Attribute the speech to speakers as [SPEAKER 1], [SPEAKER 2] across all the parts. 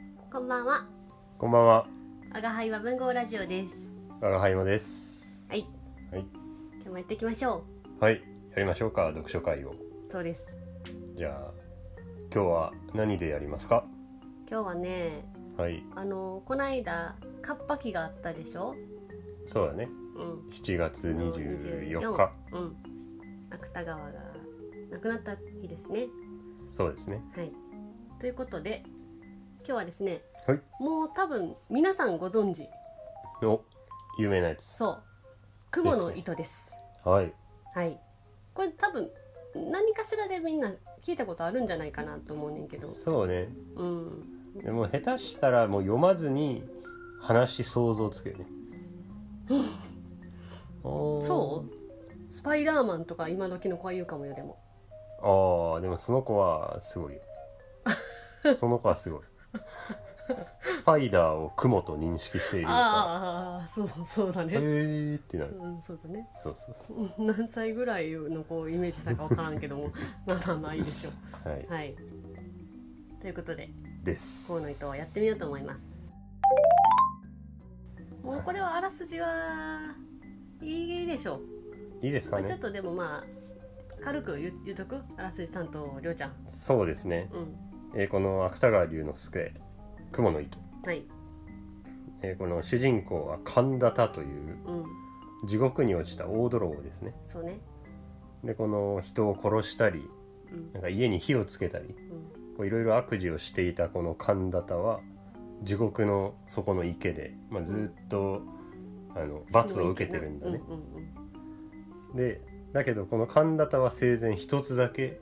[SPEAKER 1] んは
[SPEAKER 2] こんばんは、
[SPEAKER 1] 我が輩は文豪ラジオです
[SPEAKER 2] わがはいもです。
[SPEAKER 1] はい
[SPEAKER 2] はい、
[SPEAKER 1] 今日もやっていきましょ
[SPEAKER 2] はい、やりましょうか、読書会を。
[SPEAKER 1] うそうです
[SPEAKER 2] じゃあ、今日は何でやりますか。
[SPEAKER 1] 今日はね
[SPEAKER 2] はい、
[SPEAKER 1] あのこないだカッパ期があったでしょ
[SPEAKER 2] そうだね、
[SPEAKER 1] うん
[SPEAKER 2] 7月24日。
[SPEAKER 1] うん芥川が亡くなった日ですね
[SPEAKER 2] そうですね。
[SPEAKER 1] はいということで今日はですね、
[SPEAKER 2] はい
[SPEAKER 1] もう多分皆さんご存知
[SPEAKER 2] お、有名なやつ。
[SPEAKER 1] そう雲の糸です
[SPEAKER 2] はい、
[SPEAKER 1] はいこれ多分何かしらでみんな聞いたことあるんじゃないかなと思うねんけど
[SPEAKER 2] そうね、
[SPEAKER 1] うん
[SPEAKER 2] でも下手したら、もう読まずに、話想像つくよね。お ー
[SPEAKER 1] そうスパイダーマンとか今時の子は言うかもよでも
[SPEAKER 2] ああでもその子はすごいよ その子はすごいスパイダーを雲と認識しているから
[SPEAKER 1] ああそうそうだ
[SPEAKER 2] へえ
[SPEAKER 1] ね
[SPEAKER 2] ーってなる
[SPEAKER 1] うんそうだね
[SPEAKER 2] そうそうそ
[SPEAKER 1] 何歳ぐらいのこうイメージしたか分からんけども まあまあまあいいでしょ
[SPEAKER 2] うはいう
[SPEAKER 1] はいということで
[SPEAKER 2] です
[SPEAKER 1] 河野糸をやってみようと思いますもうこれはあらすじはいいでしょう
[SPEAKER 2] いいです
[SPEAKER 1] ま
[SPEAKER 2] か
[SPEAKER 1] あ、ちょっ
[SPEAKER 2] ね
[SPEAKER 1] とでもまあ軽く言う言うとくあらすじ担当りょうちゃん
[SPEAKER 2] そうですね、
[SPEAKER 1] うん
[SPEAKER 2] えーこの芥川龍之介雲の糸、
[SPEAKER 1] はい
[SPEAKER 2] えーこの主人公は神田田という
[SPEAKER 1] うん
[SPEAKER 2] 地獄に落ちた大泥棒ですね
[SPEAKER 1] そうね
[SPEAKER 2] でこの人を殺したり
[SPEAKER 1] うん
[SPEAKER 2] なんか家に火をつけたり
[SPEAKER 1] うん
[SPEAKER 2] こういろいろ悪事をしていたこの神田田は地獄の底の池で、まあ、ずっと、あの罰を受けてるんだね。
[SPEAKER 1] うんうん
[SPEAKER 2] でだけどこの神田田は生前一つだけ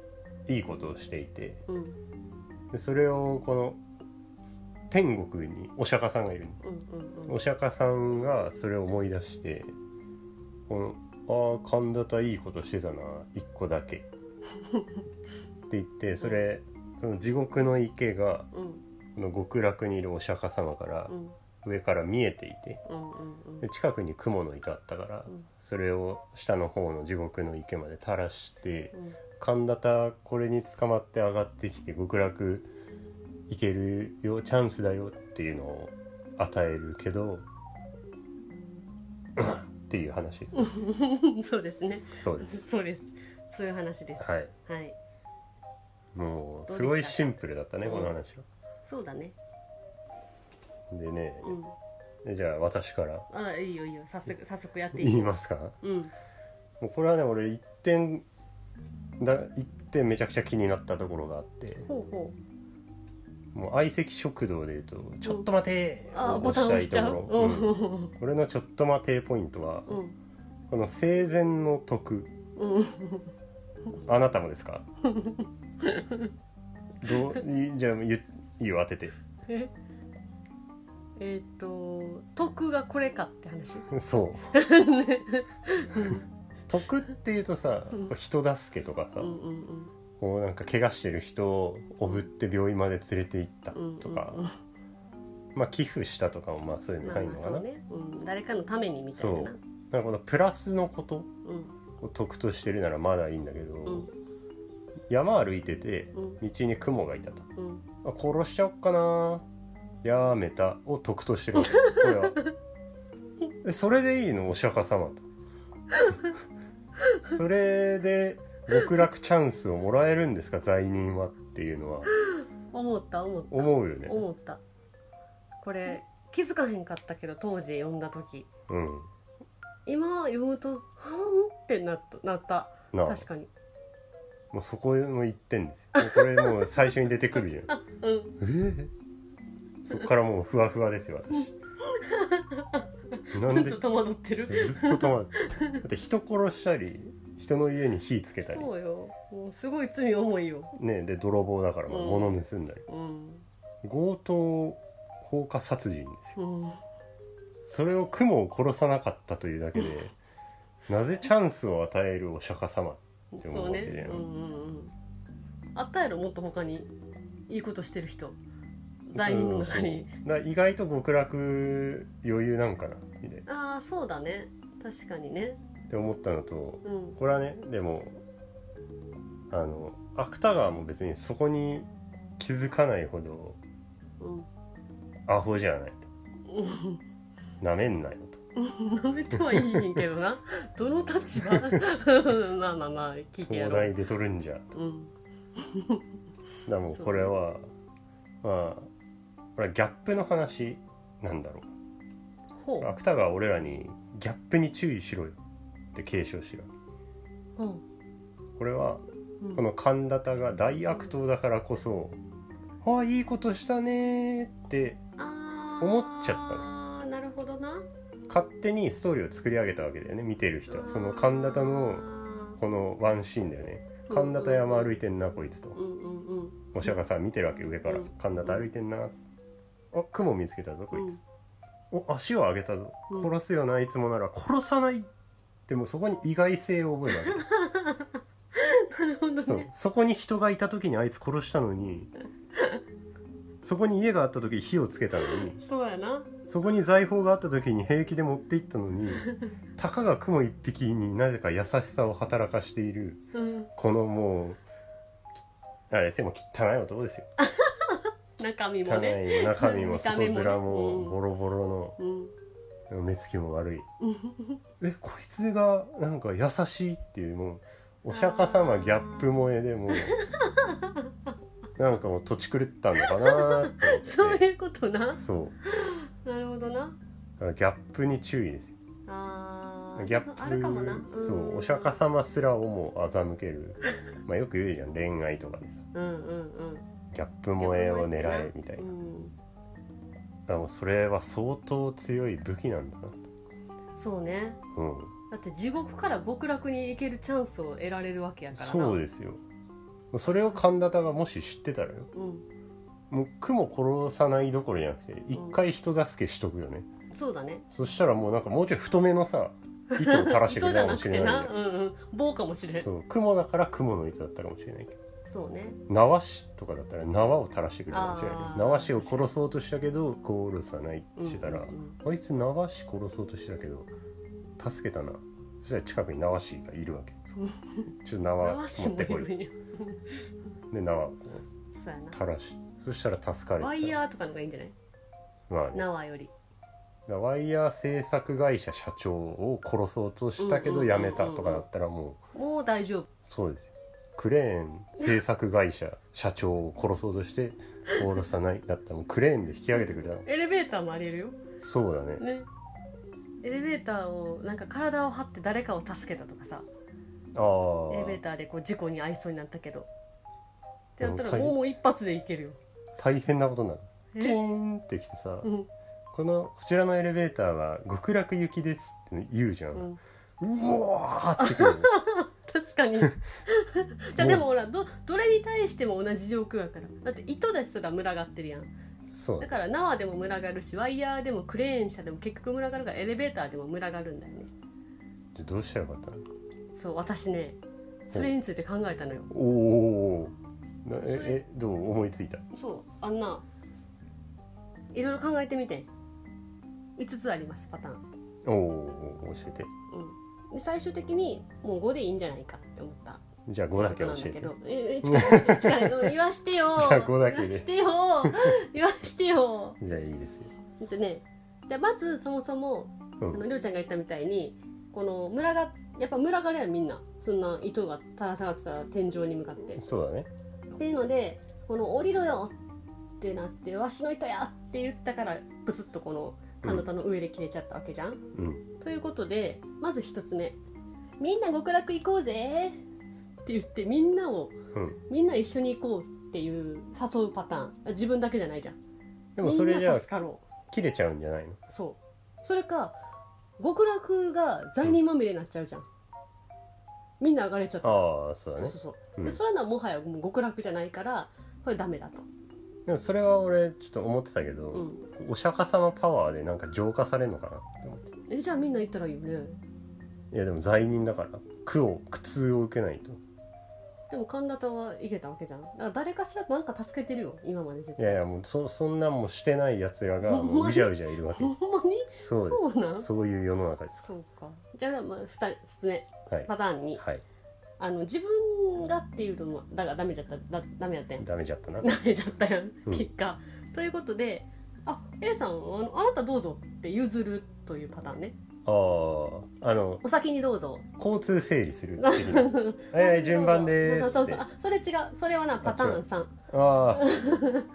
[SPEAKER 2] いいことをしていて
[SPEAKER 1] うんうん
[SPEAKER 2] でそれをこの天国にお釈迦さんがいる
[SPEAKER 1] うんうん
[SPEAKER 2] お釈迦さんがそれを思い出してこの「ああ神田田いいことしてたな一個だけ」って言ってそれその地獄の池が
[SPEAKER 1] うん
[SPEAKER 2] この極楽にいるお釈迦様から
[SPEAKER 1] うん
[SPEAKER 2] 上から見えていて
[SPEAKER 1] うんうん
[SPEAKER 2] で近くに雲の糸あったから
[SPEAKER 1] うん
[SPEAKER 2] それを下の方の地獄の池まで垂らして
[SPEAKER 1] うん
[SPEAKER 2] 神田田これに捕まって上がってきて極楽行けるよチャンスだよっていうのを与えるけど っていう話です。
[SPEAKER 1] うんそうですね
[SPEAKER 2] そうです。
[SPEAKER 1] そうですそういう話です
[SPEAKER 2] はい。
[SPEAKER 1] はい
[SPEAKER 2] もうすごいシンプルだったね
[SPEAKER 1] ど
[SPEAKER 2] こ
[SPEAKER 1] う
[SPEAKER 2] の
[SPEAKER 1] で
[SPEAKER 2] 話
[SPEAKER 1] そうだね
[SPEAKER 2] は。でね、
[SPEAKER 1] うん
[SPEAKER 2] じゃあ私から
[SPEAKER 1] ああいいよいいよ早速早速やってい
[SPEAKER 2] 言
[SPEAKER 1] い
[SPEAKER 2] い
[SPEAKER 1] よ
[SPEAKER 2] ますか。
[SPEAKER 1] うん
[SPEAKER 2] もうこれはね俺一点だ一点めちゃくちゃ気になったところがあって
[SPEAKER 1] ほうほ
[SPEAKER 2] もう相席食堂で言うと「ちょっと待て!」
[SPEAKER 1] うああボタン押しちゃう
[SPEAKER 2] ころ、うん
[SPEAKER 1] うん
[SPEAKER 2] 俺の「ちょっと待て!」ポイントは、
[SPEAKER 1] うん
[SPEAKER 2] この生前の徳
[SPEAKER 1] うん
[SPEAKER 2] あなたも ですかどういじゃあゆいいよ当てて
[SPEAKER 1] ええーっと徳がこれかって話
[SPEAKER 2] そう徳っていうとさこう人助けとかさ、
[SPEAKER 1] うんうん
[SPEAKER 2] こうなんか怪我してる人をおぶって病院まで連れて行った
[SPEAKER 1] うんうん
[SPEAKER 2] とか、
[SPEAKER 1] うんうん
[SPEAKER 2] まあ、寄付したとかもまあそういうのに
[SPEAKER 1] まあ
[SPEAKER 2] 入
[SPEAKER 1] まあ
[SPEAKER 2] るのかな,、
[SPEAKER 1] そうね、うん、誰かのためにみたいなな
[SPEAKER 2] そうなんかこのプラスのこと
[SPEAKER 1] うん
[SPEAKER 2] を得としてるならまだいいんだけど、
[SPEAKER 1] うん
[SPEAKER 2] 山歩いてて
[SPEAKER 1] うん
[SPEAKER 2] 道に雲がいたと
[SPEAKER 1] うん
[SPEAKER 2] あ殺しちゃおっかなやめたを得としてるわけですこれは えそれでいいのお釈迦様と それで極楽チャンスをもらえるんですか罪人はっていうのは
[SPEAKER 1] 思った思った
[SPEAKER 2] 思うよね
[SPEAKER 1] 思ったこれ気づかへんかったけど当時読んだ時
[SPEAKER 2] うん
[SPEAKER 1] 今読むと「はん?」ってなったなった
[SPEAKER 2] なあ
[SPEAKER 1] 確かに
[SPEAKER 2] もうそこの一点ですよこれもう最初に出てくるじゃん
[SPEAKER 1] うん
[SPEAKER 2] えーそこからもうふわふわですよ 私な
[SPEAKER 1] ちょ
[SPEAKER 2] んでず
[SPEAKER 1] っと戸惑ってる
[SPEAKER 2] っと止まるだって人殺したり人の家に火つけたり
[SPEAKER 1] そうよもうすごい罪重いよ
[SPEAKER 2] ねで泥棒だからまあ
[SPEAKER 1] うん
[SPEAKER 2] 物盗んだり、
[SPEAKER 1] うん
[SPEAKER 2] 強盗放火殺人ですよ
[SPEAKER 1] うん
[SPEAKER 2] それを雲を殺さなかったというだ けでなぜチャンスを与えるお釈迦様でも
[SPEAKER 1] そうね
[SPEAKER 2] 思うけど
[SPEAKER 1] うんうんうんあったやろもっと他にいいことしてる人罪人の中に
[SPEAKER 2] そうだから意外と極楽余裕なんかなみたいな
[SPEAKER 1] ああそうだね確かにね
[SPEAKER 2] って思ったのと
[SPEAKER 1] うん
[SPEAKER 2] これはねでもあの芥川も別にそこに気づかないほど
[SPEAKER 1] うん
[SPEAKER 2] アホじゃない
[SPEAKER 1] うん
[SPEAKER 2] となめんなよと
[SPEAKER 1] 舐めてはいいんけどなどの立場 なあなあなあ聞いてやろ
[SPEAKER 2] 東大
[SPEAKER 1] う、
[SPEAKER 2] で取るんじゃ
[SPEAKER 1] うん、
[SPEAKER 2] とだからもう
[SPEAKER 1] そう
[SPEAKER 2] これはまあこれはギャップの話なんだろ
[SPEAKER 1] ほ
[SPEAKER 2] う芥川は俺らにギャップに注意しろよって警鐘しろ
[SPEAKER 1] う、うん
[SPEAKER 2] これは
[SPEAKER 1] うん、
[SPEAKER 2] この神田田が大悪党だからこそ「ああいいことしたね」って思っちゃっ
[SPEAKER 1] あ
[SPEAKER 2] た
[SPEAKER 1] ーなるほどな
[SPEAKER 2] 勝手にストーリーを作り上げたわけだよね見てる人はその神田田のこのワンシーンだよね神田田山歩いてんなこいつと
[SPEAKER 1] うんうんうん
[SPEAKER 2] お釈迦さん見てるわけ上から
[SPEAKER 1] うん
[SPEAKER 2] 神田田歩いてんなあ雲見つけたぞこいつお足を上げたぞ
[SPEAKER 1] うん
[SPEAKER 2] 殺すよないつもなら殺さないでもそこに意外性を覚えたわけ
[SPEAKER 1] なるほど
[SPEAKER 2] そう
[SPEAKER 1] ね
[SPEAKER 2] そこに人がいた時にあいつ殺したのにそこに家があった時火をつけたのに
[SPEAKER 1] そうやな
[SPEAKER 2] そこに財宝があった時に平気で持って行ったのにたかが雲一匹になぜか優しさを働かしている
[SPEAKER 1] うん
[SPEAKER 2] このもうきあれですよもう汚い男ですよ
[SPEAKER 1] 中身
[SPEAKER 2] 汚
[SPEAKER 1] もね
[SPEAKER 2] い中身も
[SPEAKER 1] 見た目
[SPEAKER 2] 外
[SPEAKER 1] もね
[SPEAKER 2] 面も
[SPEAKER 1] うん
[SPEAKER 2] ボロボロ
[SPEAKER 1] うん
[SPEAKER 2] の目つきも悪い
[SPEAKER 1] うん
[SPEAKER 2] えこいつがなんか優しいっていうもうお釈迦様ギャップ萌えでもう なんかもう土地狂ったのかなって思って
[SPEAKER 1] そういうことな
[SPEAKER 2] そう
[SPEAKER 1] なるほどな
[SPEAKER 2] だからギャップに注意ですよ
[SPEAKER 1] あー
[SPEAKER 2] ギャップ
[SPEAKER 1] あるかもな、ん
[SPEAKER 2] そうお釈迦様すらをもう欺け るまあよく言うじゃん恋愛とかでさ
[SPEAKER 1] うんうんうん
[SPEAKER 2] ギャップ萌えを狙えみたいな
[SPEAKER 1] うん
[SPEAKER 2] あもうそれは相当強い武器なんだな
[SPEAKER 1] そうね
[SPEAKER 2] うん
[SPEAKER 1] だって地獄から極楽に行けるチャンスを得られるわけやからな
[SPEAKER 2] そう
[SPEAKER 1] す、
[SPEAKER 2] ですよそれを神田田がもし知ってたらよ
[SPEAKER 1] うん、
[SPEAKER 2] もう雲殺さないどころじゃなくて一回人助けしとくよね、
[SPEAKER 1] そうだね
[SPEAKER 2] そしたらもうなんかもうちょい太めのさ糸を垂らしてく
[SPEAKER 1] 糸
[SPEAKER 2] れ
[SPEAKER 1] じ
[SPEAKER 2] た
[SPEAKER 1] ゃ
[SPEAKER 2] かも
[SPEAKER 1] な
[SPEAKER 2] し
[SPEAKER 1] く
[SPEAKER 2] れ
[SPEAKER 1] て
[SPEAKER 2] な
[SPEAKER 1] ないうんうん棒かもし
[SPEAKER 2] じゃ
[SPEAKER 1] れ
[SPEAKER 2] ん
[SPEAKER 1] ん
[SPEAKER 2] そう雲だから雲の糸だったかもしれないけど
[SPEAKER 1] そうね
[SPEAKER 2] 縄師とかだったら縄を垂らしてくれるかもしれないね
[SPEAKER 1] あー
[SPEAKER 2] 縄師を殺そうとしたけど殺さないってしてたら、
[SPEAKER 1] うんうん
[SPEAKER 2] あいつ縄師殺そうとしてたけど助けたなそしたら近くに縄師がいるわけ
[SPEAKER 1] うん
[SPEAKER 2] ち
[SPEAKER 1] う
[SPEAKER 2] ょっと
[SPEAKER 1] ん、
[SPEAKER 2] 縄
[SPEAKER 1] 縄師
[SPEAKER 2] 持っ
[SPEAKER 1] も
[SPEAKER 2] て
[SPEAKER 1] い
[SPEAKER 2] こい
[SPEAKER 1] るんや
[SPEAKER 2] で縄をこ
[SPEAKER 1] そうやな
[SPEAKER 2] う垂らしそしたら助かれてた
[SPEAKER 1] ワイヤーとかのがいいんじゃない
[SPEAKER 2] まあね、だか
[SPEAKER 1] 縄より
[SPEAKER 2] らワイヤー製作会社社長を殺そうとしたけ
[SPEAKER 1] うん
[SPEAKER 2] ど
[SPEAKER 1] うんうん
[SPEAKER 2] 辞
[SPEAKER 1] うん
[SPEAKER 2] めたとかだったらもう
[SPEAKER 1] もう大丈夫
[SPEAKER 2] そうですよクレーン製作会社社長を殺そうとして殺さないだったらもうクレーンで引き上げてくれた
[SPEAKER 1] エレベーターもありえるよ
[SPEAKER 2] そうだね
[SPEAKER 1] ねエレベーターをなんか体を張って誰かを助けたとかさ
[SPEAKER 2] あ
[SPEAKER 1] エレベー
[SPEAKER 2] あ
[SPEAKER 1] ターでこう事故に遭いそうになったけどってなった
[SPEAKER 2] う
[SPEAKER 1] ら
[SPEAKER 2] ん
[SPEAKER 1] もう一発でいけるよ
[SPEAKER 2] 大変なことになる
[SPEAKER 1] え
[SPEAKER 2] チーンってきてさ
[SPEAKER 1] う
[SPEAKER 2] 「
[SPEAKER 1] ん
[SPEAKER 2] このこちらのエレベーターは極楽行きです」って言うじゃ、
[SPEAKER 1] うんん
[SPEAKER 2] うわーってく る
[SPEAKER 1] 確 かにじゃあ
[SPEAKER 2] う
[SPEAKER 1] でもほらどどれに対しても同じ状況やからだって糸ですら群がってるやん
[SPEAKER 2] そう
[SPEAKER 1] だから縄でも群がるしワイヤーでもクレーン車でも結局群がるからエレベーターでも群がるんだよね
[SPEAKER 2] じゃあどうしたらよかったの
[SPEAKER 1] そう私ねそれについて考えたのよ
[SPEAKER 2] おおな
[SPEAKER 1] それ
[SPEAKER 2] ええどう思いついた
[SPEAKER 1] そうあんないろいろ考えてみてん5つありますパターン
[SPEAKER 2] おお教えて
[SPEAKER 1] うん、で最終的にもう5でいいんじゃないかって思った
[SPEAKER 2] じゃあ5だ
[SPEAKER 1] こ
[SPEAKER 2] け
[SPEAKER 1] と
[SPEAKER 2] 教
[SPEAKER 1] なん
[SPEAKER 2] え
[SPEAKER 1] だけ
[SPEAKER 2] て
[SPEAKER 1] どええ違う違う 違う言わしてよ
[SPEAKER 2] じゃあ五だけで
[SPEAKER 1] 言わしてよ言わしてよ
[SPEAKER 2] じゃあいいですよ
[SPEAKER 1] ほんとねでまずそもそも
[SPEAKER 2] う
[SPEAKER 1] あ
[SPEAKER 2] ん
[SPEAKER 1] のりょうちゃんが言ったみたいにこの村がやっぱ村があるやんみんなそんな糸が垂らさがってたら天井に向かって
[SPEAKER 2] そうだね
[SPEAKER 1] っていうのでこの降りろよってなってわしの糸やって言ったからプツッとこの神田の上で切れちゃったわけじゃん
[SPEAKER 2] うん
[SPEAKER 1] ということでまず一つ目「みんな極楽行こうぜ!」って言ってみんなを
[SPEAKER 2] うん
[SPEAKER 1] みんな一緒に行こうっていう誘うパターン自分だけじゃないじゃん
[SPEAKER 2] でもそれじゃ
[SPEAKER 1] みんな
[SPEAKER 2] あ
[SPEAKER 1] 助かろう
[SPEAKER 2] 切れちゃうんじゃないの
[SPEAKER 1] そうそれか極楽が罪人まみれになっちゃうじゃん、みんな上がれちゃった
[SPEAKER 2] ああそう
[SPEAKER 1] そ
[SPEAKER 2] だ
[SPEAKER 1] う
[SPEAKER 2] ね
[SPEAKER 1] そうそう、
[SPEAKER 2] うん
[SPEAKER 1] でそれならもはやもう極楽じゃないからこれダメだと、
[SPEAKER 2] でもそれは俺ちょっと思ってたけど、
[SPEAKER 1] うん、
[SPEAKER 2] お釈迦様パワーでなんか浄化されるのかなって思って
[SPEAKER 1] えじゃあみんな行ったらいいよね
[SPEAKER 2] いやでも罪人だから苦を苦痛を受けないと
[SPEAKER 1] でも神田とは行けたわけじゃんだから誰かしらなんか助けてるよ今まで絶
[SPEAKER 2] い
[SPEAKER 1] 対
[SPEAKER 2] やいやもうそそんなんもしてないやつ らが
[SPEAKER 1] ほんまに
[SPEAKER 2] もううじゃうじゃいるわけ
[SPEAKER 1] ほんまに
[SPEAKER 2] そうで
[SPEAKER 1] そうなん
[SPEAKER 2] すそういう世の中です
[SPEAKER 1] そうかじゃあまあ2つ目
[SPEAKER 2] はい
[SPEAKER 1] パターンに
[SPEAKER 2] はい
[SPEAKER 1] あの自分がっていうのもだがダメだっただダメだったやん
[SPEAKER 2] ダメじゃったな
[SPEAKER 1] ダメじゃったやん
[SPEAKER 2] うん
[SPEAKER 1] 結果、ということであ A さんあのあなたどうぞって譲るというパターンね
[SPEAKER 2] あああの
[SPEAKER 1] お先にどうぞ
[SPEAKER 2] 交通整理する的 なはいはい順番でーす
[SPEAKER 1] そう
[SPEAKER 2] っ
[SPEAKER 1] そう
[SPEAKER 2] て
[SPEAKER 1] そうあそれ違うそれはなパターン3
[SPEAKER 2] ああ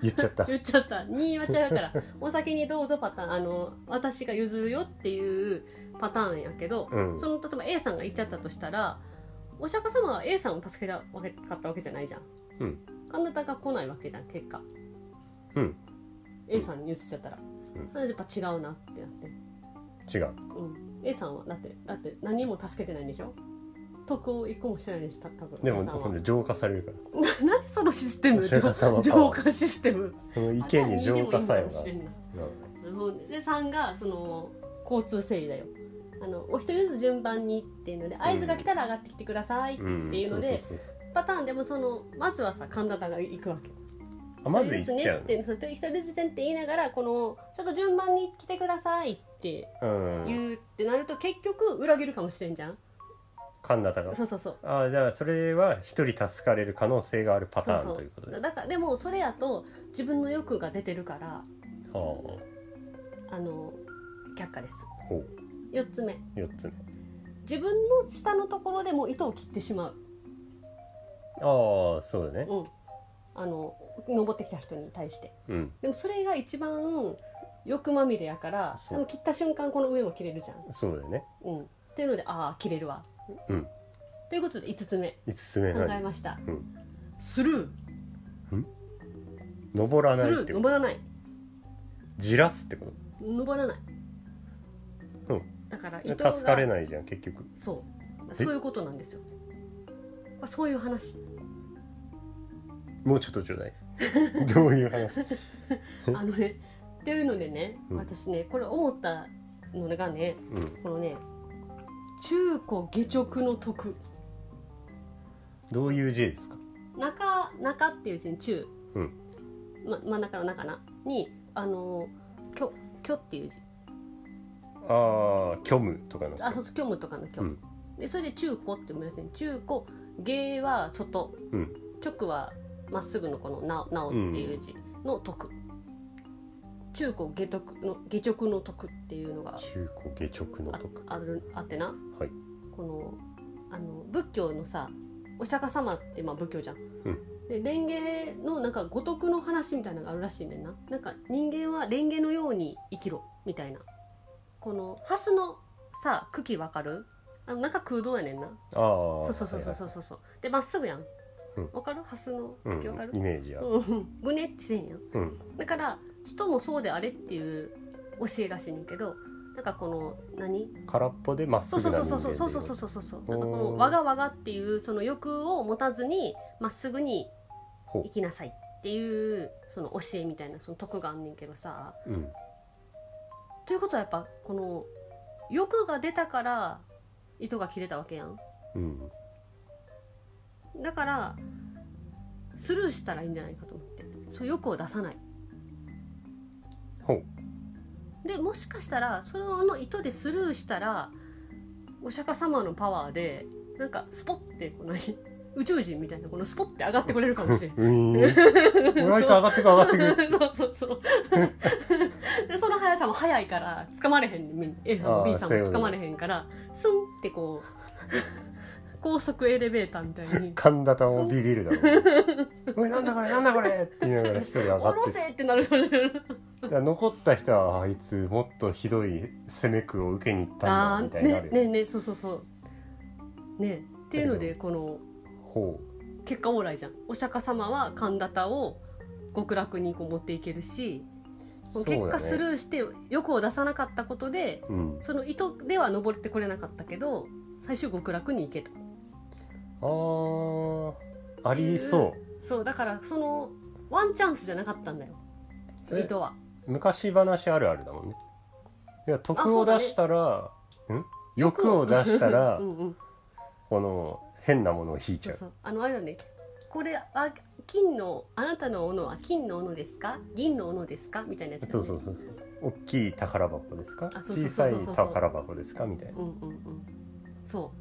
[SPEAKER 2] 言っちゃった
[SPEAKER 1] 言っちゃった2は違うからお先にどうぞパターンあの私が譲るよっていうパターンやけど、
[SPEAKER 2] うん
[SPEAKER 1] その例えば A さんが言っちゃったとしたらお釈迦様は A さんを助けたわけかったわけじゃないじゃん、
[SPEAKER 2] うん
[SPEAKER 1] 神田が来ないわけじゃん結果、
[SPEAKER 2] うん
[SPEAKER 1] A さんに移っちゃったら、
[SPEAKER 2] うん
[SPEAKER 1] なんでやっぱ違うなってなって、
[SPEAKER 2] 違う
[SPEAKER 1] うん、A さんはだってだって何も助けてないんでしょ得を一個もしてないでした多分
[SPEAKER 2] で
[SPEAKER 1] A さん
[SPEAKER 2] も
[SPEAKER 1] は
[SPEAKER 2] ほん で浄化されるから
[SPEAKER 1] 何そのシステム
[SPEAKER 2] お釈迦様パワー
[SPEAKER 1] 浄化システム
[SPEAKER 2] その池に浄化作用
[SPEAKER 1] あじゃあ二でもいいんだろうし
[SPEAKER 2] が
[SPEAKER 1] で3がその交通整理だよあのお一人ずつ順番にっていうので合図が来たら上がってきてください、
[SPEAKER 2] うん
[SPEAKER 1] っていう
[SPEAKER 2] そ
[SPEAKER 1] の
[SPEAKER 2] う
[SPEAKER 1] で
[SPEAKER 2] そうそうそう
[SPEAKER 1] パターンでもそのまずはさ神田が行くわけ
[SPEAKER 2] あまず行っちゃ
[SPEAKER 1] 一人ずつねっ
[SPEAKER 2] う
[SPEAKER 1] ていうそう一人ずつねって言いながらこのちょっと順番に来てくださいって
[SPEAKER 2] うん
[SPEAKER 1] 言うってなると結局裏切るかもしれんじゃん
[SPEAKER 2] 神田が
[SPEAKER 1] そうそうそう
[SPEAKER 2] ああじゃあそれは一人助かれる可能性があるパタ
[SPEAKER 1] そ
[SPEAKER 2] ーン
[SPEAKER 1] う
[SPEAKER 2] と
[SPEAKER 1] そ
[SPEAKER 2] いうことで
[SPEAKER 1] う
[SPEAKER 2] す
[SPEAKER 1] だからでもそれやと自分の欲が出てるから
[SPEAKER 2] は
[SPEAKER 1] あの却下です
[SPEAKER 2] あほ
[SPEAKER 1] 4つ目
[SPEAKER 2] う4つ目
[SPEAKER 1] 自分の下のところでもう糸を切ってしまう
[SPEAKER 2] ああそうだね
[SPEAKER 1] うん、あの登ってきた人に対して
[SPEAKER 2] うん
[SPEAKER 1] でもそれが一番欲まみれやから
[SPEAKER 2] そ
[SPEAKER 1] で
[SPEAKER 2] う
[SPEAKER 1] も切った瞬間この上も切れるじゃん、
[SPEAKER 2] そうだよね
[SPEAKER 1] うん、っていうのでああ切れるわ、
[SPEAKER 2] うん
[SPEAKER 1] ということで5つ目
[SPEAKER 2] 5つ目
[SPEAKER 1] 考え
[SPEAKER 2] 何
[SPEAKER 1] ました、
[SPEAKER 2] うん
[SPEAKER 1] スルー
[SPEAKER 2] 登らない
[SPEAKER 1] スル
[SPEAKER 2] って
[SPEAKER 1] ー
[SPEAKER 2] こ
[SPEAKER 1] 登
[SPEAKER 2] と
[SPEAKER 1] らない
[SPEAKER 2] じらすってこ
[SPEAKER 1] 登らない、
[SPEAKER 2] うん
[SPEAKER 1] だから糸
[SPEAKER 2] と
[SPEAKER 1] が
[SPEAKER 2] 助かれないじゃん結局
[SPEAKER 1] そう
[SPEAKER 2] え
[SPEAKER 1] そういうことなんですよまあそういう話
[SPEAKER 2] もうちょっとちょ うだいどういう話
[SPEAKER 1] あのねっていうのでね、
[SPEAKER 2] うん
[SPEAKER 1] 私ねこれ思ったのがね
[SPEAKER 2] うん
[SPEAKER 1] このね中古下直の徳
[SPEAKER 2] どういう字ですか
[SPEAKER 1] 中中っていう字に中、
[SPEAKER 2] うん
[SPEAKER 1] ま、真ん中の中なにあのきょきょっていう字
[SPEAKER 2] ああ虚無とかの
[SPEAKER 1] あそう虚無とかの虚、
[SPEAKER 2] うん
[SPEAKER 1] でそれで中古って読むやつね中古芸は外、
[SPEAKER 2] うん
[SPEAKER 1] 直はまっすぐのこのなおなおっていう字の徳、中古下徳の下直の徳っていうのが
[SPEAKER 2] 中古下直の
[SPEAKER 1] あ
[SPEAKER 2] とか
[SPEAKER 1] あるあってな、
[SPEAKER 2] はい
[SPEAKER 1] このあの仏教のさお釈迦様ってまあ仏教じゃん、で蓮華のなんか五徳の話みたいなのがあるらしいねんななんか人間は蓮華のように生きろみたいなこのハスのさ茎わかるあの中空洞やねんな
[SPEAKER 2] ああ
[SPEAKER 1] そうそうそうそうそううそうそうでまっすぐやんわ、
[SPEAKER 2] うん
[SPEAKER 1] かるハスの
[SPEAKER 2] ん
[SPEAKER 1] 茎わかる、
[SPEAKER 2] イメージある
[SPEAKER 1] うん、ぐねってせえへんやん
[SPEAKER 2] うん
[SPEAKER 1] だから人もそうであれっていう教えらしいねんけどなんかこの何
[SPEAKER 2] 空っぽでまっす
[SPEAKER 1] そう
[SPEAKER 2] ぐ
[SPEAKER 1] そ
[SPEAKER 2] な
[SPEAKER 1] う
[SPEAKER 2] 人
[SPEAKER 1] そ
[SPEAKER 2] 間
[SPEAKER 1] うそうそうそうそうそうそ
[SPEAKER 2] でいい
[SPEAKER 1] うそう
[SPEAKER 2] おー
[SPEAKER 1] なんかこの「わがわが」っていうその欲を持たずにまっすぐに
[SPEAKER 2] ほう
[SPEAKER 1] 生きなさいっていうその教えみたいなその徳があんねんけどさ。
[SPEAKER 2] うん
[SPEAKER 1] ということはやっぱこの欲が出たから糸が切れたわけやん
[SPEAKER 2] うん
[SPEAKER 1] だからスルーしたらいいんじゃないかと思ってそう欲を出さない
[SPEAKER 2] ほう。
[SPEAKER 1] でもしかしたらその糸でスルーしたらお釈迦様のパワーでなんかスポッてこう何宇宙人みたいなこのスポッて上がってくれるかもしれん
[SPEAKER 2] うーんあいつ上がってく上がってく
[SPEAKER 1] そうそうそうでその速さも速いから掴まれへんねん A さん
[SPEAKER 2] あ
[SPEAKER 1] も
[SPEAKER 2] ー
[SPEAKER 1] B さんも
[SPEAKER 2] そういうこと
[SPEAKER 1] 掴まれへんからスンってこう高速エレベーターみたいに
[SPEAKER 2] 神田もビビるだろうおいなんだこれなんだこれって言いながら一人
[SPEAKER 1] 「
[SPEAKER 2] 上が
[SPEAKER 1] お
[SPEAKER 2] っ
[SPEAKER 1] ろ
[SPEAKER 2] て
[SPEAKER 1] せ!」ってなるかもしれない
[SPEAKER 2] だから残った人はあいつもっとひどい攻め句を受けに行ったん
[SPEAKER 1] あ
[SPEAKER 2] だ
[SPEAKER 1] ー
[SPEAKER 2] みたいになる
[SPEAKER 1] ね
[SPEAKER 2] よ
[SPEAKER 1] ねねそうそうそうねっていうのでこの
[SPEAKER 2] ほ
[SPEAKER 1] 結果往来じゃんお釈迦様は神田を極楽にこう持っていけるし
[SPEAKER 2] う
[SPEAKER 1] この
[SPEAKER 2] そうだね
[SPEAKER 1] 結果スルーして欲を出さなかったことで
[SPEAKER 2] うん、
[SPEAKER 1] その糸では登ってこれなかったけど最終極楽に行けた
[SPEAKER 2] あーありそ
[SPEAKER 1] そうだからそのワンチャンスじゃなかったんだよ
[SPEAKER 2] それ
[SPEAKER 1] 糸は
[SPEAKER 2] う昔話あるあるだもんねいや
[SPEAKER 1] あ
[SPEAKER 2] 徳
[SPEAKER 1] そ
[SPEAKER 2] を
[SPEAKER 1] うだね
[SPEAKER 2] 出したら、ん欲を出したら、
[SPEAKER 1] うんうん
[SPEAKER 2] この変なものを引いち
[SPEAKER 1] そうそ
[SPEAKER 2] ゃう
[SPEAKER 1] うあのあれだねこれあ金のあなたの斧は金の斧ですか銀の斧ですかみたいなやつだね、
[SPEAKER 2] そうそうそうそう大きい宝箱ですか
[SPEAKER 1] あそうそうそう
[SPEAKER 2] 小さ
[SPEAKER 1] そ
[SPEAKER 2] いう
[SPEAKER 1] そう
[SPEAKER 2] 宝箱ですかみたいな
[SPEAKER 1] うんうんうんそ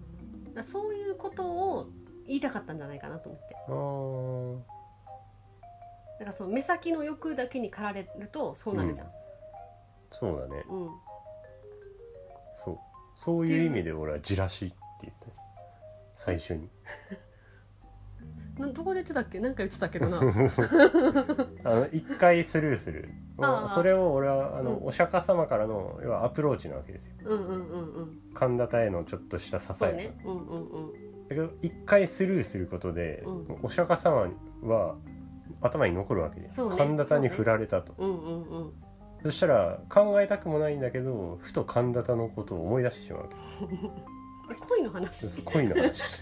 [SPEAKER 1] うだそういうことを言いたかったんじゃないかなと思って
[SPEAKER 2] あー
[SPEAKER 1] だからその目先の欲だけに駆られるとそうなるじゃん、
[SPEAKER 2] そうだね
[SPEAKER 1] うん
[SPEAKER 2] そうそういう意味で俺はじらしって言った最初に
[SPEAKER 1] などこで言ってたっけなんか言ってたけど な
[SPEAKER 2] あの一回スルーする
[SPEAKER 1] ああ
[SPEAKER 2] それを俺はあの、
[SPEAKER 1] うん
[SPEAKER 2] お釈迦様からの要はアプローチなわけですよ
[SPEAKER 1] うんうんうんうん
[SPEAKER 2] 神田田へのちょっとした支
[SPEAKER 1] そう
[SPEAKER 2] え、
[SPEAKER 1] ねうんうんうん
[SPEAKER 2] だけど一回スルーすることで、
[SPEAKER 1] うん
[SPEAKER 2] もうお釈迦様は頭に残るわけです、
[SPEAKER 1] そうね
[SPEAKER 2] 神田田に振られたと
[SPEAKER 1] うんうんうん
[SPEAKER 2] そ,、したら考えたくもないんだけどふと神田田のことを思い出してしまうわけで
[SPEAKER 1] 恋の話
[SPEAKER 2] すそう恋 の話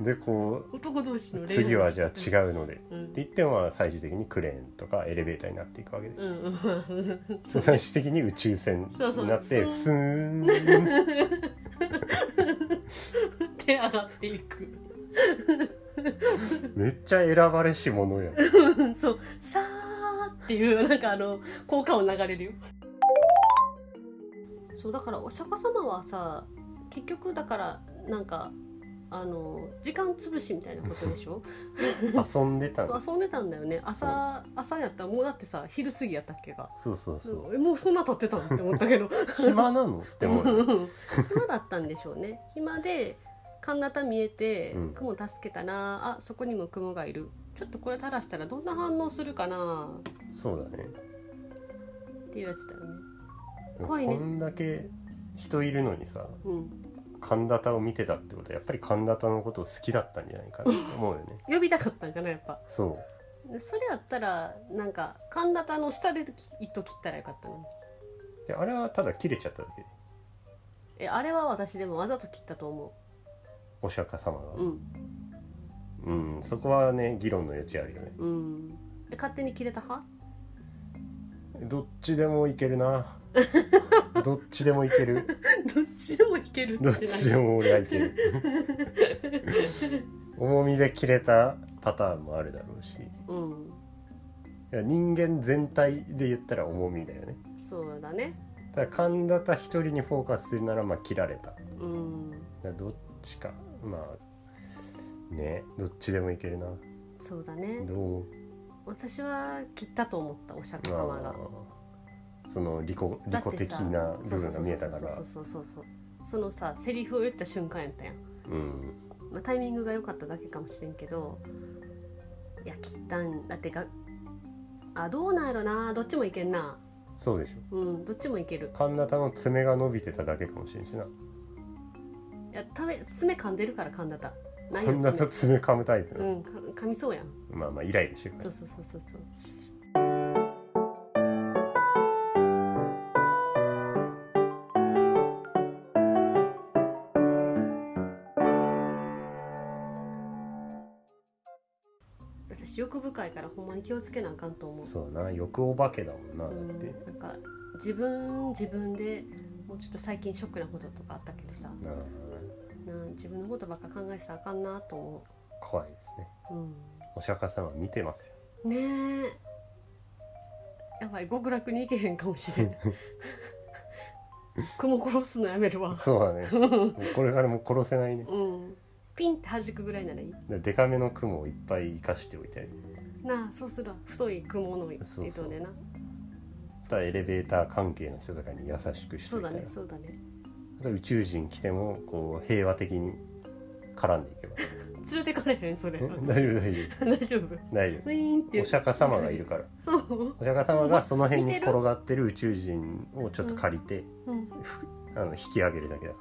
[SPEAKER 2] でこ
[SPEAKER 1] 男同士の
[SPEAKER 2] う
[SPEAKER 1] 恋愛
[SPEAKER 2] 次はじゃあ違うのでって
[SPEAKER 1] うん
[SPEAKER 2] 言ってもまあ最終的にクレーンとかエレベーターになっていくわけで
[SPEAKER 1] うんうん そう
[SPEAKER 2] 最終的に宇宙船になって
[SPEAKER 1] そうそう
[SPEAKER 2] スーン
[SPEAKER 1] 手洗っていく
[SPEAKER 2] めっちゃ選ばれし者やん
[SPEAKER 1] うん そうさーっていうなんかあの効果音流れるよそうだからお釈迦様はさ結局だからなんかあの時間潰しみたいなことでしょ
[SPEAKER 2] 遊んでたんだ
[SPEAKER 1] そう遊んでたんだよね
[SPEAKER 2] そう
[SPEAKER 1] 朝朝やったらもうだってさ昼過ぎやったっけが
[SPEAKER 2] そうそうそう
[SPEAKER 1] えもうそんな経ってたのって思った けど
[SPEAKER 2] 暇なのって 思うよ
[SPEAKER 1] うん暇だったんでしょうね暇で神田田見えて、
[SPEAKER 2] うん
[SPEAKER 1] 雲助けたなあそこにも雲がいるちょっとこれ垂らしたらどんな反応するかな
[SPEAKER 2] そうだね
[SPEAKER 1] っていうやつだよね。
[SPEAKER 2] こ
[SPEAKER 1] 怖いね
[SPEAKER 2] んだけ人いるのにさ
[SPEAKER 1] うん、
[SPEAKER 2] 神田田を見てたってことはやっぱり神田田のことを好きだったんじゃない かなって思うよね
[SPEAKER 1] 呼びたかったんかなやっぱ。
[SPEAKER 2] そ
[SPEAKER 1] でそれやったらなんか神田田の下で糸切ったらよかったのに。
[SPEAKER 2] うであれはただ切れちゃっただけで
[SPEAKER 1] えあれは私でもわざと切ったと思
[SPEAKER 2] お釈迦様
[SPEAKER 1] う。う
[SPEAKER 2] が
[SPEAKER 1] ん
[SPEAKER 2] うん、そこはね議論の余地あるよね
[SPEAKER 1] うん。え勝手に切れた派？
[SPEAKER 2] どっちでもいける などっちでもいける
[SPEAKER 1] どっちでもいけるって
[SPEAKER 2] ど
[SPEAKER 1] な
[SPEAKER 2] っ
[SPEAKER 1] んか
[SPEAKER 2] ちでも俺はいけ る重みで切れたパターンもあるだろうし
[SPEAKER 1] うん。
[SPEAKER 2] いや人間全体で言ったら重みだよね
[SPEAKER 1] そうだね。
[SPEAKER 2] ただ神田田一人にフォーカスするならまあ切られただか
[SPEAKER 1] うん。
[SPEAKER 2] らどっちかまあねどっちでもいけるな
[SPEAKER 1] そうだね。
[SPEAKER 2] どう思う
[SPEAKER 1] 私は切ったと思ったお釈迦様
[SPEAKER 2] ま
[SPEAKER 1] が。
[SPEAKER 2] あその利己利
[SPEAKER 1] だ
[SPEAKER 2] 己的な部分が見えたか
[SPEAKER 1] そうそうそう
[SPEAKER 2] ら
[SPEAKER 1] そうそうそうそうそう。そのさセリフを言った瞬間やったやん。
[SPEAKER 2] うん
[SPEAKER 1] まあ、タイミングが良かっただけかもしれんけどいや切ったんだってがあどうなんやろなどっちもいけんな
[SPEAKER 2] そうでしょ
[SPEAKER 1] うんどっちもいける
[SPEAKER 2] 神田田の爪が伸びてただけかもしれんしない
[SPEAKER 1] や食べ爪噛んでるから噛んだたないよ
[SPEAKER 2] 神田田爪噛むタイプ
[SPEAKER 1] 爪う
[SPEAKER 2] の、
[SPEAKER 1] んか噛みそうやん
[SPEAKER 2] まあまあイライラしてるか
[SPEAKER 1] そ
[SPEAKER 2] ら
[SPEAKER 1] うそうそうそうそう私欲深いからほんまに気をつけなあかんと思う
[SPEAKER 2] そうだな欲お化けだもんなだ
[SPEAKER 1] う
[SPEAKER 2] っ
[SPEAKER 1] ん
[SPEAKER 2] て、
[SPEAKER 1] なんか自分自分でもうちょっと最近ショックなこととかあったけどさ
[SPEAKER 2] なあ
[SPEAKER 1] な自分のことばっか考えてたらあかんなと思
[SPEAKER 2] 怖いですね
[SPEAKER 1] う、
[SPEAKER 2] お釈迦様見てますよ
[SPEAKER 1] うん、ねえやばい極楽に行けへんかもしれ ん雲殺すのやめるわ
[SPEAKER 2] そうだね もうこれからもう殺せないね
[SPEAKER 1] うんピンって弾くぐらいならいい
[SPEAKER 2] でデカめの雲をいっぱい生かしておいたり
[SPEAKER 1] なあそうするわ太い雲の糸
[SPEAKER 2] そうそう
[SPEAKER 1] でな
[SPEAKER 2] あとはエレベーター関係の人とかに優しくして
[SPEAKER 1] そう
[SPEAKER 2] おい
[SPEAKER 1] だ
[SPEAKER 2] たり、
[SPEAKER 1] ねそうだね
[SPEAKER 2] あとは宇宙人来てもこう平和的に絡んでい けば
[SPEAKER 1] 連れてかれへんそれ
[SPEAKER 2] 大
[SPEAKER 1] 私
[SPEAKER 2] 丈夫大丈
[SPEAKER 1] 大丈夫
[SPEAKER 2] 夫大丈
[SPEAKER 1] ウィーンって
[SPEAKER 2] 夫お釈迦様がいるから
[SPEAKER 1] そう
[SPEAKER 2] お釈迦様がその辺
[SPEAKER 1] 見
[SPEAKER 2] に
[SPEAKER 1] てる
[SPEAKER 2] 転がってる宇宙人をちょっと借りて、
[SPEAKER 1] うん
[SPEAKER 2] あの引き上げるだけだか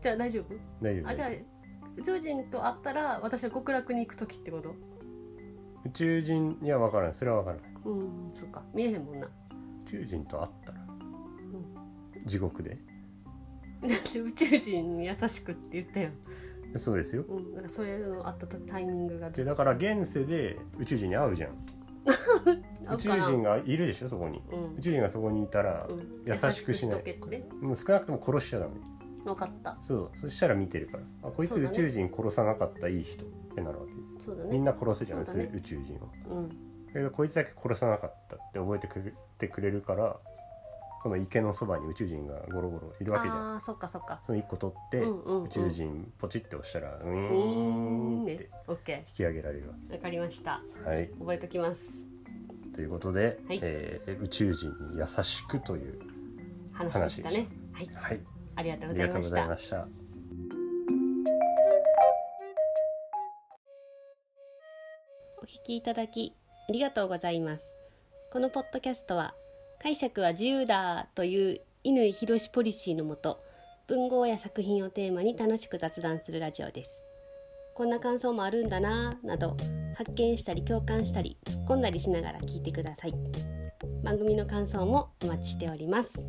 [SPEAKER 1] じゃあ大丈夫
[SPEAKER 2] ら大丈夫
[SPEAKER 1] あ
[SPEAKER 2] 大
[SPEAKER 1] じ
[SPEAKER 2] 丈
[SPEAKER 1] ゃあ
[SPEAKER 2] 夫
[SPEAKER 1] 宇宙人と会ったら私は極楽に行く時ってこと
[SPEAKER 2] 宇宙人いや分からないそれは分からない
[SPEAKER 1] うんそっか見えへんもんな
[SPEAKER 2] 宇宙人と会ったら、地獄で
[SPEAKER 1] だって宇宙人に優しくって言ったよ、
[SPEAKER 2] そうですよ
[SPEAKER 1] うん、なんかそういうのあったタイミングが
[SPEAKER 2] でだから現世で宇宙人に会うじゃん
[SPEAKER 1] 合
[SPEAKER 2] 宇
[SPEAKER 1] う
[SPEAKER 2] 宙
[SPEAKER 1] かな
[SPEAKER 2] 人がいるでしょそこに
[SPEAKER 1] うん
[SPEAKER 2] 宇宙人がそこにいたら
[SPEAKER 1] うん
[SPEAKER 2] 優しくしない
[SPEAKER 1] 優とけって
[SPEAKER 2] もう少なくとも殺しちゃダメ
[SPEAKER 1] 分かった
[SPEAKER 2] そうそしたら見てるからあこいつ
[SPEAKER 1] そう
[SPEAKER 2] 宇
[SPEAKER 1] だね
[SPEAKER 2] 宙人殺さなかったいい人ってなるわけです、
[SPEAKER 1] そうだ
[SPEAKER 2] みん
[SPEAKER 1] ね
[SPEAKER 2] な殺すじゃん
[SPEAKER 1] そうだね
[SPEAKER 2] 宇宙人を
[SPEAKER 1] うん
[SPEAKER 2] だけどこいつだけ殺さなかったって覚えてくれてくれるからこの池のそばに宇宙人がゴロゴロいるわけじゃん
[SPEAKER 1] ああそっかそっか
[SPEAKER 2] その1個取って、
[SPEAKER 1] うんうんうん
[SPEAKER 2] 宇宙人ポチって押したらうー
[SPEAKER 1] うー
[SPEAKER 2] ん
[SPEAKER 1] ん
[SPEAKER 2] っ
[SPEAKER 1] ね
[SPEAKER 2] て
[SPEAKER 1] オッケ
[SPEAKER 2] 引き上げられるわ
[SPEAKER 1] ーわかりました
[SPEAKER 2] はい
[SPEAKER 1] 覚えときます
[SPEAKER 2] ということで、
[SPEAKER 1] はい
[SPEAKER 2] えー宇宙人に優しくという
[SPEAKER 1] 話でしたねはい
[SPEAKER 2] はい
[SPEAKER 1] ありがとうご
[SPEAKER 2] あり
[SPEAKER 1] ざ
[SPEAKER 2] が
[SPEAKER 1] い
[SPEAKER 2] とう
[SPEAKER 1] ま
[SPEAKER 2] ご
[SPEAKER 1] し
[SPEAKER 2] ざい
[SPEAKER 1] た
[SPEAKER 2] ました
[SPEAKER 1] お聞きいただきありがとうございますこのポッドキャストは解釈は自由だという乾博士ポリシーのもと文豪や作品をテーマに楽しく雑談するラジオですこんな感想もあるんだなぁなど発見したり共感したり突っ込んだりしながら聞いてください番組の感想もお待ちしております